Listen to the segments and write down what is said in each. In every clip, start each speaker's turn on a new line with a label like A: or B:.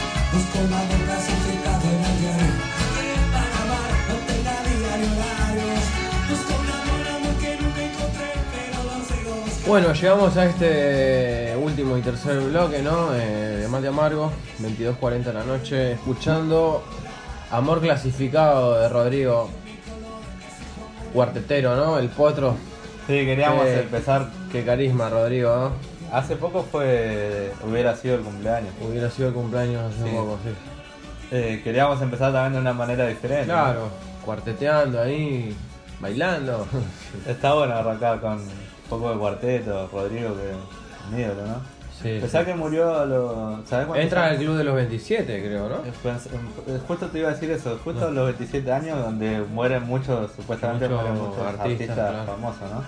A: forma de clasificar de mujer. Que para amar no tenga diario horarios. Busco una buena amor que nunca encontré, pero lo sigo buscando.
B: Bueno, llegamos a este último y tercer bloque, ¿no? Eh, de Mate Amargo, 22.40 de la noche, escuchando Amor Clasificado de Rodrigo Cuartetero, ¿no? El potro.
C: Sí, queríamos
B: Eh,
C: empezar.
B: Qué carisma, Rodrigo, ¿no?
C: Hace poco fue. hubiera sido el cumpleaños.
B: Hubiera sido el cumpleaños hace
C: Sí.
B: poco, sí.
C: Eh, queríamos empezar también de una manera diferente.
B: Claro, cuarteteando ahí, bailando.
C: Está bueno arrancar con un poco de cuarteto, Rodrigo, que es un ídolo, ¿no?
B: Sí,
C: Pensá
B: sí.
C: que murió a los. ¿Sabés cuánto?
B: Entra al club de los 27, creo, ¿no?
C: Eh, pens- eh, Justo te iba a decir eso, justo a los 27 años donde mueren muchos, supuestamente
B: Muchos
C: mueren muchos artistas,
B: artistas, claro.
C: famosos, ¿no?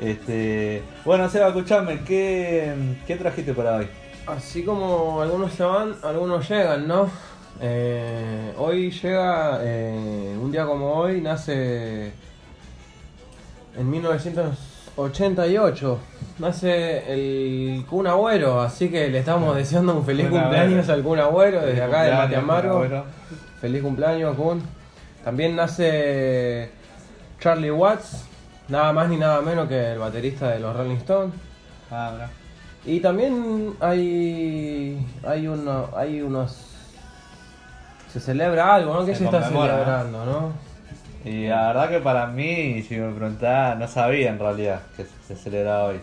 C: Este, bueno, Seba, escuchame, ¿qué, ¿qué trajiste para hoy?
B: Así como algunos se van, algunos llegan, ¿no? Eh, hoy llega, eh, un día como hoy, nace en 1988, nace el Kun Agüero, así que le estamos deseando un feliz
C: Kun Agüero.
B: cumpleaños al Kun Agüero desde
C: Feliz
B: acá de Mate
C: cumpleaños,
B: Amargo.
C: Kun Agüero.
B: Feliz cumpleaños, Kun. También nace Charlie Watts, nada más ni nada menos que el baterista de los Rolling Stones.
C: Ah, bueno.
B: Y también hay hay uno hay unos se celebra algo, ¿no? ¿Qué se,
C: Se
B: está
C: conmemora, ¿no?
B: celebrando, no?
C: Y la verdad que para mí, si me preguntaba, no sabía en realidad que se celebraba hoy.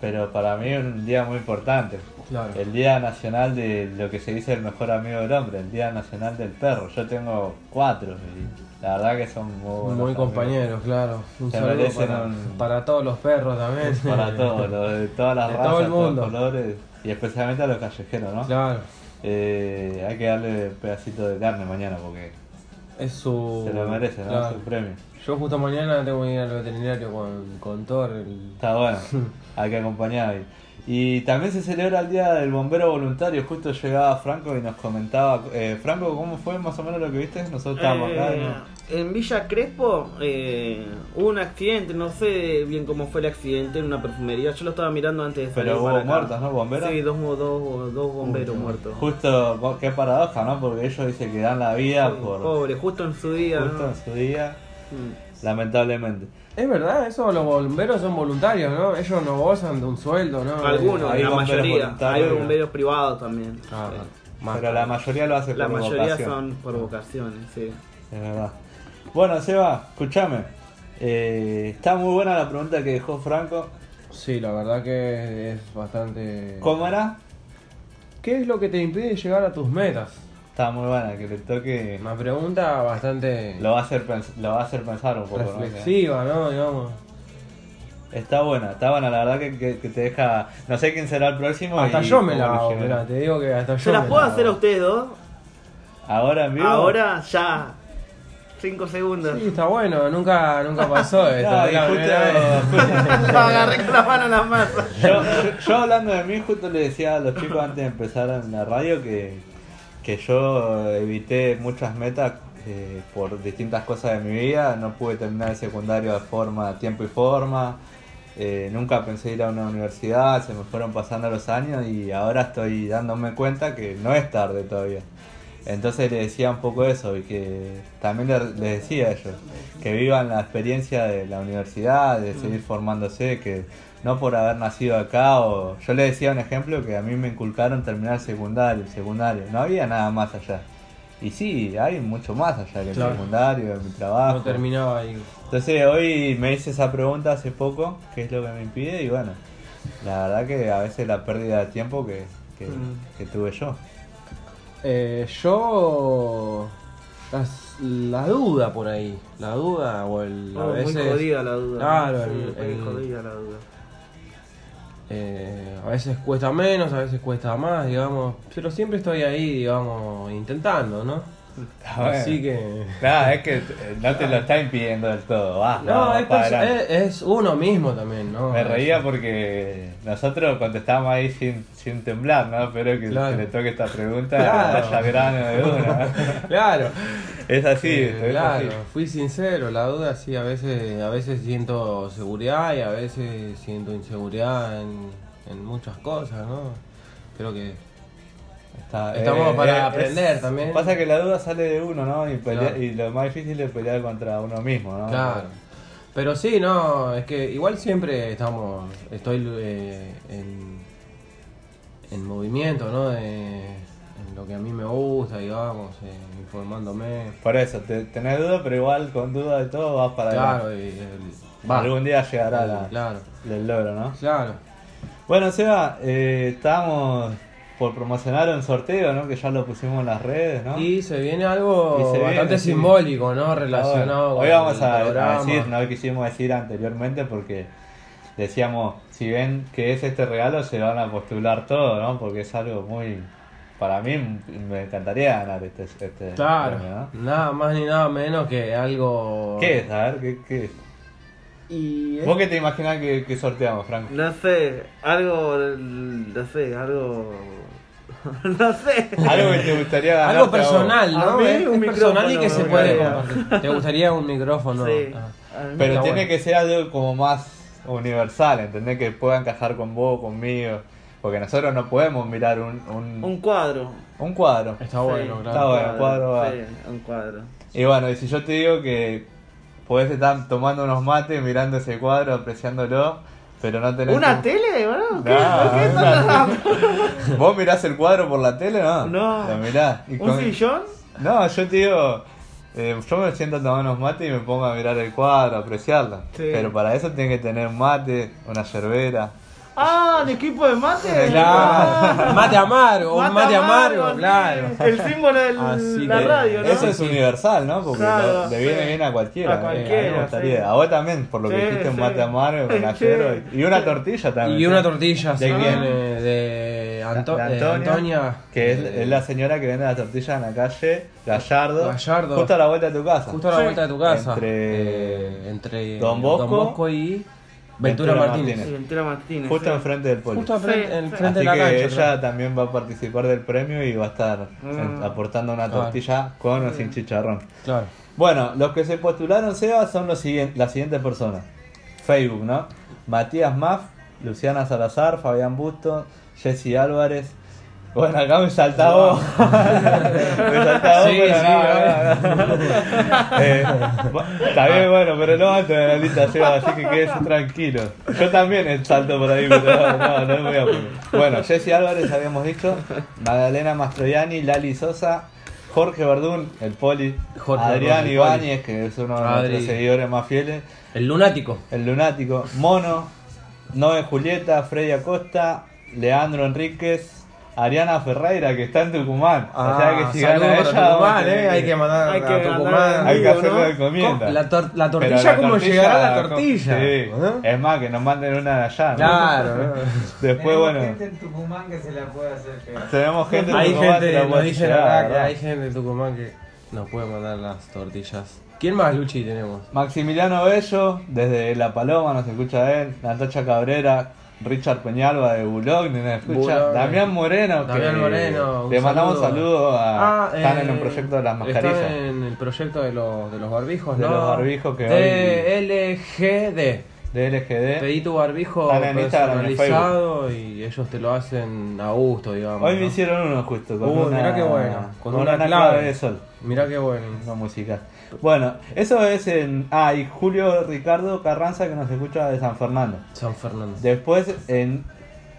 C: Pero para mí es un día muy importante.
B: Claro.
C: El Día Nacional de lo que se dice el mejor amigo del hombre, el Día Nacional del Perro. Yo tengo cuatro y la verdad que son muy buenos
B: Muy
C: amigos.
B: compañeros, claro. Un
C: Se
B: saludo
C: merecen
B: para,
C: un-
B: para todos los perros también.
C: Para todos, los de todas las
B: De todo
C: razas,
B: el mundo.
C: todos los colores y especialmente a los callejeros, ¿no?
B: Claro.
C: Eh, hay que darle pedacito de carne mañana porque
B: Es su
C: se lo merece, ¿no?
B: claro.
C: Es un premio.
B: Yo justo mañana tengo que ir al veterinario con, con Thor. el-
C: Está bueno, hay que acompañar ahí. Y también se celebra el Día del Bombero Voluntario. Justo llegaba Franco y nos comentaba. eh, Franco, ¿cómo fue más o menos lo que viste? Nosotros estábamos acá.
D: Eh,
C: ¿no?
D: En Villa Crespo eh, hubo un accidente, no sé bien cómo fue el accidente en una perfumería. Yo lo estaba mirando antes de
C: Pero
D: salir
C: hubo
D: para acá.
C: muertos, ¿no? ¿Bomberos?
D: Sí, dos, dos, dos bomberos muertos.
C: Justo, po- qué paradoja, ¿no? Porque ellos dicen que dan la vida por
D: Pobre, justo en su día.
C: justo
D: ¿no?
C: en su día,
D: Mm.
C: lamentablemente.
B: Es verdad, eso los bomberos son voluntarios, ¿no? Ellos no gozan de un sueldo, ¿no? Eh,
D: Algunos,
C: hay
D: la
C: bomberos
D: mayoría. Hay
C: voluntarios.
D: bomberos privados también.
B: Ah,
D: Sí.
B: más-
C: Pero la mayoría lo hace
D: La
C: por
D: mayoría
C: vocación.
D: son por vocaciones, sí.
C: Es verdad. Bueno, Seba, escúchame. Eh, está muy buena la pregunta que dejó Franco.
B: Sí, la verdad que es bastante.
C: ¿Cómo era?
B: ¿Qué es lo que te impide llegar a tus metas?
C: Está muy buena, que le toque.
B: Una pregunta bastante
C: Lo va a hacer, pens- lo va a hacer pensar un poco. ¿no?
B: reflexiva, ¿no? Digamos.
C: Está buena, está buena, la verdad que, que- que te deja. No sé quién será el próximo.
B: Hasta
C: y
B: yo me
C: cómo
B: la
C: lo
B: hago,
C: llevé.
B: mirá, te digo que hasta yo.
D: ¿Se las
B: me
D: puedo
B: la
D: hacer a
B: hago.
D: ustedes dos?
C: Ahora en vivo.
D: Ahora ya. Cinco segundos.
B: Sí, está bueno, nunca, nunca pasó esto.
C: No,
B: es
C: y
B: la primera vez.
C: justo,
D: Agarré con la mano la masa.
C: yo, yo- yo hablando de mí, justo le decía a los chicos antes de empezar en la radio que, que yo evité muchas metas eh, por distintas cosas de mi vida. No pude terminar el secundario de forma, tiempo y forma. Eh, nunca pensé ir a una universidad, se me fueron pasando los años y ahora estoy dándome cuenta que no es tarde todavía. Entonces le decía un poco eso y que también le- les decía a ellos que vivan la experiencia de la universidad, de seguir formándose, que no por haber nacido acá o yo les decía un ejemplo que a mí me inculcaron terminar el secundario, el secundario, no había nada más allá. Y sí, hay mucho más allá que el
B: Claro.
C: secundario, mi trabajo.
B: No terminaba ahí.
C: Entonces hoy me hice esa pregunta hace poco, qué es lo que me impide y bueno, la verdad que a veces la pérdida de tiempo que, que-
B: Mm.
C: que tuve yo.
B: Eh, yo. Las, la duda por ahí. La duda o el. a
D: Oh, muy
B: veces,
D: jodida la duda.
B: Claro,
D: Sí,
B: el-
D: muy
B: el-
D: jodida la duda.
B: Eh, a veces cuesta menos, a veces cuesta más, digamos. Pero siempre estoy ahí, digamos, intentando, ¿no? Así que.
C: Claro, es que eh, no te lo está impidiendo del todo, va.
B: No,
C: va
B: es, eh.
C: para
B: perso-
C: adelante.
B: es, es uno mismo también, ¿no?
C: Me reía porque nosotros contestábamos ahí sin, sin temblar, ¿no? Pero que,
B: Claro.
C: que le toque esta pregunta
B: Claro.
C: haya grano de una.
B: Claro.
C: es así,
B: Eh,
C: esto, es
B: claro,
C: así.
B: fui sincero, la duda sí, a veces, a veces siento seguridad y a veces siento inseguridad en, en muchas cosas, ¿no? Creo que
C: Está- eh,
B: Estamos para aprender
C: es-
B: también.
C: Pasa que la duda sale de uno, ¿no? Y, pelea-
B: Claro.
C: y lo más difícil es pelear contra uno mismo, ¿no?
B: Claro. Pero sí, no, es que igual siempre estamos, estoy eh, en, en movimiento, ¿no? De- en lo que a mí me gusta, digamos, eh, informándome.
C: Por eso, te, tenés duda, pero igual con duda de todo vas para
B: Claro,
C: adelante.
B: y el- va.
C: Algún día llegará la,
B: Claro,
C: el logro, ¿no?
B: claro.
C: Bueno, Seba, eh, estábamos por promocionar un sorteo, ¿no? Que ya lo pusimos en las redes, ¿no?
B: Y se viene algo
C: Y se viene,
B: bastante
C: sí.
B: simbólico, ¿no?
C: Ah, bueno.
B: Relacionado
C: Hoy
B: con
C: vamos
B: el
C: a, a
B: programa.
C: decir, no quisimos decir anteriormente porque decíamos, si ven que es este regalo, se van a postular todo, ¿no? Porque es algo muy... Para mí me encantaría ganar este, este
B: Claro,
C: premio, ¿no?
B: nada más ni nada menos que algo...
C: ¿Qué es? A ver, ¿qué, qué es?
D: Y
C: ¿Vos qué te imaginás que, que sorteamos, Franco?
D: No sé, algo. No sé, algo. No sé.
C: Algo que te gustaría ganar.
B: Algo personal,
D: A
B: ¿no?
D: mí
B: Es-
D: un
B: es personal y
D: micrófono
B: que se
D: me
B: puede
D: gustaría.
B: compartir. ¿Te gustaría un micrófono?
D: Sí.
B: Ah.
D: A mí-
C: Pero
B: Está
C: tiene
B: bueno.
C: que ser algo como más universal, ¿entendés? Que pueda encajar con vos, conmigo. Porque nosotros no podemos mirar un, un,
D: Un cuadro.
C: un cuadro.
B: Está
D: Sí,
B: bueno, claro.
C: Está bueno, cuadro,
D: Sí, un cuadro.
C: Y bueno, y si yo te digo que podés estar tomando unos mates, mirando ese cuadro, apreciándolo, pero no tenés...
D: ¿Una
C: tiempo-
D: tele, bro? ¿Qué?
C: No,
D: ¿Qué
C: una- ¿Vos mirás el cuadro por la tele no?
D: No.
C: Lo mirás. Y
D: ¿Un
C: con-
D: sillón?
C: No, yo te digo... eh, yo me siento a tomar unos mates y me pongo a mirar el cuadro, a apreciarlo.
D: Sí.
C: Pero para eso tiene que tener mate, una yerbera.
D: Ah, el equipo de mate. Ah,
B: Claro. Mate amargo, un mate amargo,
D: así.
B: claro.
D: El símbolo de
B: Así
D: la
B: que-
D: radio, ¿no?
C: Eh, Eso es universal, ¿no? Porque
D: Claro,
C: lo- le viene
D: sí.
C: bien a cualquiera.
D: A
C: eh, mí me
D: cualquiera,
C: gustaría.
D: sí.
C: A vos también, por lo que
D: Sí,
C: dijiste, un
D: sí.
C: mate amargo, un
D: Sí.
C: achero y- y una tortilla también. ¿eh?
B: Y una
C: ¿sí?
B: tortilla
C: ¿De
B: sí,
C: quién?
B: de, de Anto-
C: De
B: de
C: Antonia,
B: Antonia.
C: Que es,
B: eh,
C: es la señora que vende las tortillas en la calle Gallardo.
B: Gallardo.
C: Justo a la vuelta de tu casa.
B: Justo a la
D: Sí.
B: vuelta de tu casa.
C: Entre-
B: Eh, entre
C: Don Bosco-
B: y Ventura,
C: Ventura
B: Martínez.
C: Martínez.
D: Sí, entera Martínez.
C: Justo
D: sí.
C: enfrente del poli.
B: Justo al frente-
D: Sí,
B: en
D: sí.
B: frente
C: Así
B: de la
C: que
B: cancha. Mm.
C: ella
B: creo.
C: también va a participar del premio y va a estar en- aportando una
B: Claro.
C: tortilla con o sin chicharrón.
B: Claro.
C: Bueno, los que se postularon, Seba, son los siguien- las siguientes personas. Facebook, ¿no? Matías Maff, Luciana Salazar, Fabián Busto, Jesse Álvarez. Bueno, acá me saltaba. me saltaba,
B: Oh. Sí,
C: pero
B: sí,
C: no, no, no. Eh, bu- Está bien, bueno, pero no antes de la lista, Seba, así que quédese tranquilo. Yo también salto por ahí, pero no, no, no voy a poner. Bueno, Jesse Álvarez habíamos dicho, Magdalena Mastroianni, Lali Sosa, Jorge Verdún, el poli,
B: Jorge
C: Adrián
B: Verdún, el poli.
C: Ibáñez, que es uno de
B: Adri.
C: nuestros seguidores más fieles,
B: El lunático.
C: el lunático, Mono, Noé Julieta, Freddy Acosta, Leandro Enríquez, Ariana Ferreira, que está en Tucumán. o sea que si
B: Ah, saludos
C: gana
B: para
C: ella, vamos a
B: Tucumán,
C: tener
B: eh, Hay que mandar
D: Hay que
B: a Tucumán.
D: mandar-
C: Hay que
D: Amigo,
C: hacerlo
D: ¿no?
C: de comienda.
B: La, tor- la
C: Pero
B: tortilla, ¿cómo
C: tortilla,
B: llegará la
C: co-
B: tortilla?
C: Sí.
B: ¿Eh?
C: Es más, que nos manden una de allá. ¿no?
B: Claro.
C: Después,
E: Tenemos
C: bueno,
E: gente en Tucumán que se la puede hacer pegar.
C: tenemos gente en
B: Hay
C: Tucumán que la
B: gente, nos
C: puede Ah,
B: dicen
C: llegar,
B: acá que
C: ¿verdad?
B: hay gente de Tucumán que nos puede mandar las tortillas. ¿Quién más, Luchi, tenemos?
C: Maximiliano Bello, desde La Paloma nos escucha él, Natacha Cabrera, Richard Peñalba de Bulog, nos escucha,
B: Bulog.
C: Damián Moreno, que
B: Damián Moreno, un
C: le mandamos
B: saludo.
C: saludos a... están en
B: eh,
C: el proyecto de las mascarillas.
B: Están en el proyecto de los, de los barbijos,
C: De
B: ¿no?
C: los barbijos que
B: de LGD.
C: De LGD.
B: Pedí tu barbijo
C: Están en Instagram, en
B: personalizado y ellos te lo hacen a gusto, digamos.
C: Hoy
B: ¿no?
C: me hicieron uno justo, con
B: Uy,
C: una,
B: mirá qué bueno.
C: con una, clave de sol.
B: Mirá qué bueno.
C: Una musical. Bueno, eso es en... Ah, y Julio Ricardo Carranza que nos escucha de San Fernando.
B: San Fernando.
C: Después en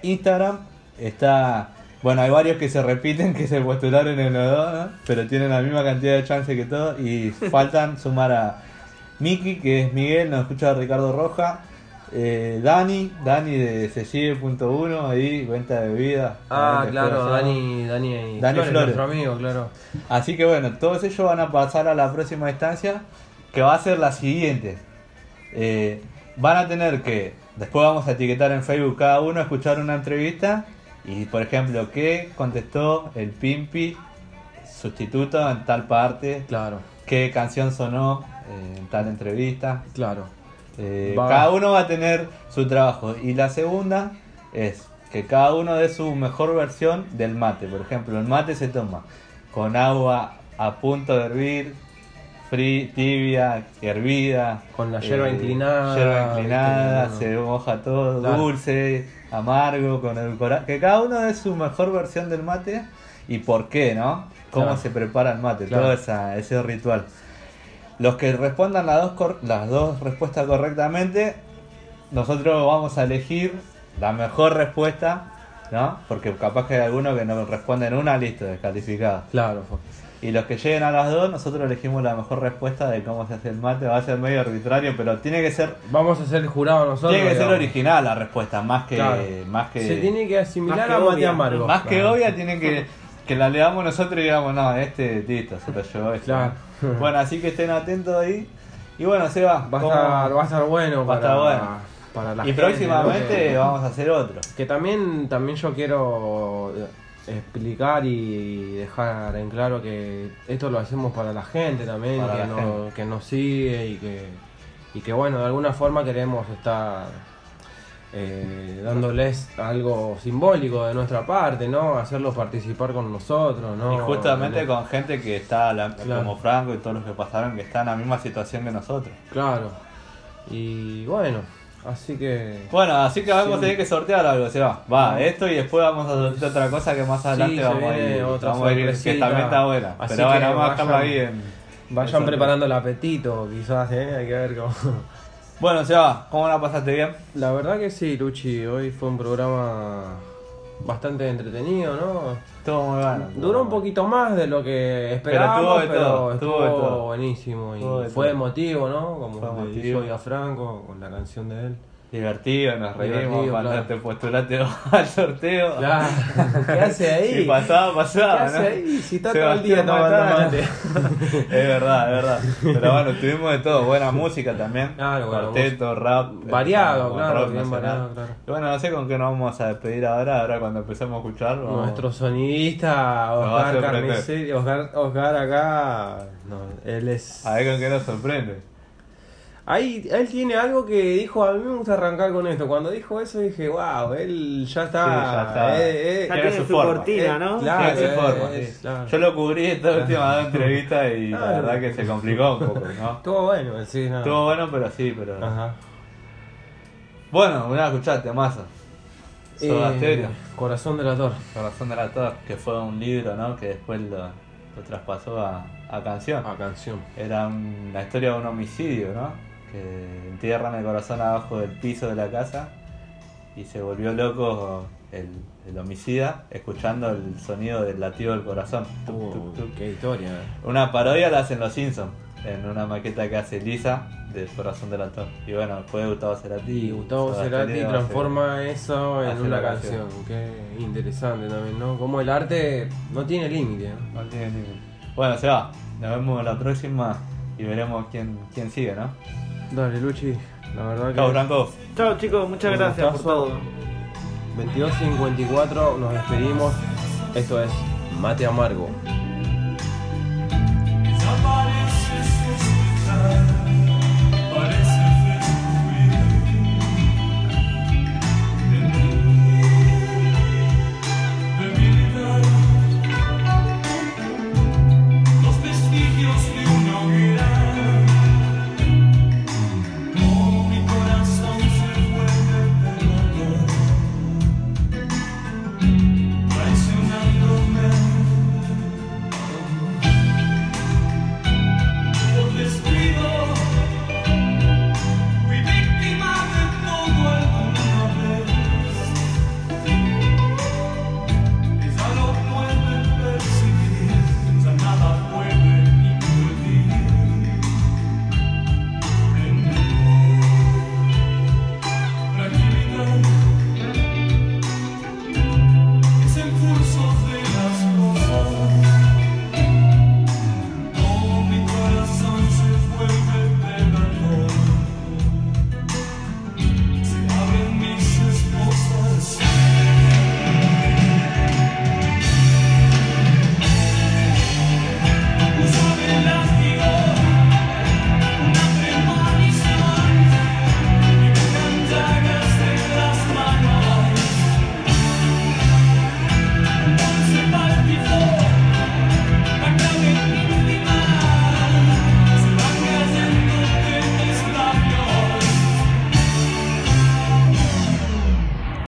C: Instagram está. Bueno, hay varios que se repiten, que se postularon en los dos, ¿no? pero tienen la misma cantidad de chances que todos. Y faltan sumar a Miki, que es Miguel, nos escucha Ricardo Roja. eh, Dani, Dani de Cecibe.1, ahí, venta de bebida.
B: Ah,
C: Obviamente,
B: claro,
C: después, ¿no?
B: Dani, Dani,
C: Dani
B: Flores,
C: Flores.
B: nuestro amigo, claro.
C: Así que bueno, todos ellos van a pasar a la próxima instancia, que va a ser la siguiente. Eh, van a tener que, después vamos a etiquetar en Facebook cada uno, escuchar una entrevista y, por ejemplo, qué contestó el Pimpi sustituto en tal parte,
B: Claro,
C: qué canción sonó eh, en tal entrevista.
B: claro.
C: Eh,
B: Va.
C: cada uno va a tener su trabajo. Y la segunda es que cada uno dé su mejor versión del mate. Por ejemplo, el mate se toma con agua a punto de hervir, fri- tibia, hervida. eh,
B: Con la yerba inclinada,
C: Yerba inclinada,
B: este,
C: se moja todo,
B: Claro.
C: dulce, amargo, con edulcorante. Que cada uno dé su mejor versión del mate. y por qué, ¿no? Cómo
B: Claro.
C: se prepara el mate,
B: Claro.
C: todo esa- ese ritual. Los que respondan las dos, cor- las dos respuestas correctamente, nosotros vamos a elegir la mejor respuesta, ¿no? Porque capaz que hay alguno que no responde en una, listo, descalificado.
B: Claro, fue.
C: Y los que lleguen a las dos, nosotros elegimos la mejor respuesta de cómo se hace el mate. Va a ser medio arbitrario, pero tiene que ser,
B: Vamos a ser el jurado nosotros.
C: tiene que ser
B: digamos.
C: original la respuesta, más que,
B: Claro.
C: más que,
B: Se tiene que
D: Más
B: asimilar
D: que
B: a mate
D: obvia.
B: amargo.
C: más que
B: Claro.
C: obvia, tiene que que la leamos nosotros y digamos, no, este listo, se lo llevó este.
B: Claro.
C: Bueno, así que estén atentos ahí. Y bueno, Seba,
B: Va a
C: ¿cómo-
B: estar, va a estar bueno
C: Va a
B: para,
C: estar bueno.
B: para la
C: y
B: gente,
C: próximamente
B: ¿no?
C: vamos a hacer otro.
B: Que, que también, también yo quiero eh, explicar y dejar en claro que esto lo hacemos para la gente también,
C: Para
B: que,
C: la
B: no-
C: gente.
B: que nos sigue y que, y que bueno, de alguna forma queremos estar eh, dándoles algo simbólico de nuestra parte, ¿no? Hacerlos participar con nosotros, ¿no?
C: y justamente con gente que está, la-
B: Claro.
C: como Franco y todos los que pasaron, que están en la misma situación que nosotros.
B: Claro. Y bueno, así que...
C: Bueno, así que vamos a
B: Sí.
C: tener que sortear algo, se va. Va, esto y después vamos a sortear otra cosa que más adelante
B: se
C: vamos, a
B: viene
C: ir,
B: otra
C: vamos a ir, que
B: sorpresita.
C: también está buena.
B: Así
C: Pero bueno,
B: que
C: vamos a dejarlo
B: vayan-
C: ahí en...
B: Vayan
C: en
B: preparando el apetito, quizás, ¿eh? hay que ver cómo.
C: sorteo. Bueno, se va, ¿cómo la pasaste bien?
B: La verdad que sí, Luchi, hoy fue un programa bastante entretenido, ¿no?
C: Estuvo muy bueno.
B: Duró un poquito más de lo que
C: tuvo
B: esperábamos,
C: de
B: pero,
C: todo,
B: estuvo,
C: tuvo de todo.
B: buenísimo y
C: Tuvo de
B: fue
C: todo.
B: emotivo, ¿no? Como
C: Fue
B: le
C: emotivo.
B: hizo a Franco con la canción de él.
C: Divertido, nos reímos
B: Divertido,
C: cuando
B: claro.
C: te postulaste al sorteo.
B: Claro, ¿qué hace ahí?
C: Si pasaba, pasaba.
B: ¿Qué hace
C: ¿no?
B: ahí? Si está todo el día
C: Sebastián
B: tomando
C: Matana.
B: mate.
C: es verdad, es verdad. Pero bueno, tuvimos de todo. Buena música también.
B: Claro, bueno,
C: Cuarteto, rap.
B: Variado,
C: eh,
B: claro,
C: rock
B: bien
C: nacional.
B: variado, claro.
C: Y bueno, no sé con qué nos vamos a despedir ahora. Ahora cuando empezamos a escuchar. vamos-
B: Nuestro sonidista,
C: Nos va a
B: Oscar
C: sorprender.
B: Carnicero, Oscar, Oscar acá, no, él es...
C: A ver con qué nos sorprende.
B: Ahí, él tiene algo que dijo, a mí me gusta arrancar con esto. Cuando dijo eso dije, wow, él ya está.
C: Sí, ya está.
B: Ah, eh, eh,
D: Ya
C: Tiene
D: tiene
C: su
D: su,
C: forma,
B: eh,
D: cortina, ¿no?
B: claro.
C: Tiene su
B: es,
C: forma,
B: es,
C: sí.
B: claro.
C: Yo lo cubrí estas últimas dos entrevistas y la
B: Claro.
C: verdad que se complicó un poco, ¿no?
B: Estuvo bueno, eh, sí, nada.
C: Estuvo bueno, pero sí, pero.
B: Ajá.
C: Bueno, una escuchaste, Mazo. Sobasterio.
B: Eh, corazón del actor.
C: Corazón de la Torre, que fue un libro, ¿no? Que después lo, lo traspasó a, a canción.
B: Ah, canción.
C: Era un- la historia de un homicidio, ¿no? Que entierran el corazón abajo del piso de la casa y se volvió loco el, el homicida escuchando el sonido del latido del corazón. Tuc, tuc, tuc.
B: qué historia. eh.
C: Una parodia la hacen los Simpsons en una maqueta que hace Lisa del corazón del actor. Y bueno, después de Gustavo Cerati.
B: Y Gustavo
C: Sebastián
B: Cerati
C: Lerner
B: transforma eso en
C: hace
B: una
C: la
B: canción.
C: canción.
B: Qué interesante también, ¿no? Como el arte no tiene límite. ¿eh? ¿no?
C: No tiene límite. Bueno, se va. Nos vemos la próxima y veremos quién, quién sigue, ¿no?
B: Dale, Luchi. La verdad que.
C: Cabo Franco.
D: Chao chicos, muchas
B: Un
D: gracias por
B: gustazo.
D: todo.
B: 22.54 nos despedimos. Esto es Mate Amargo.
A: Desapareces esta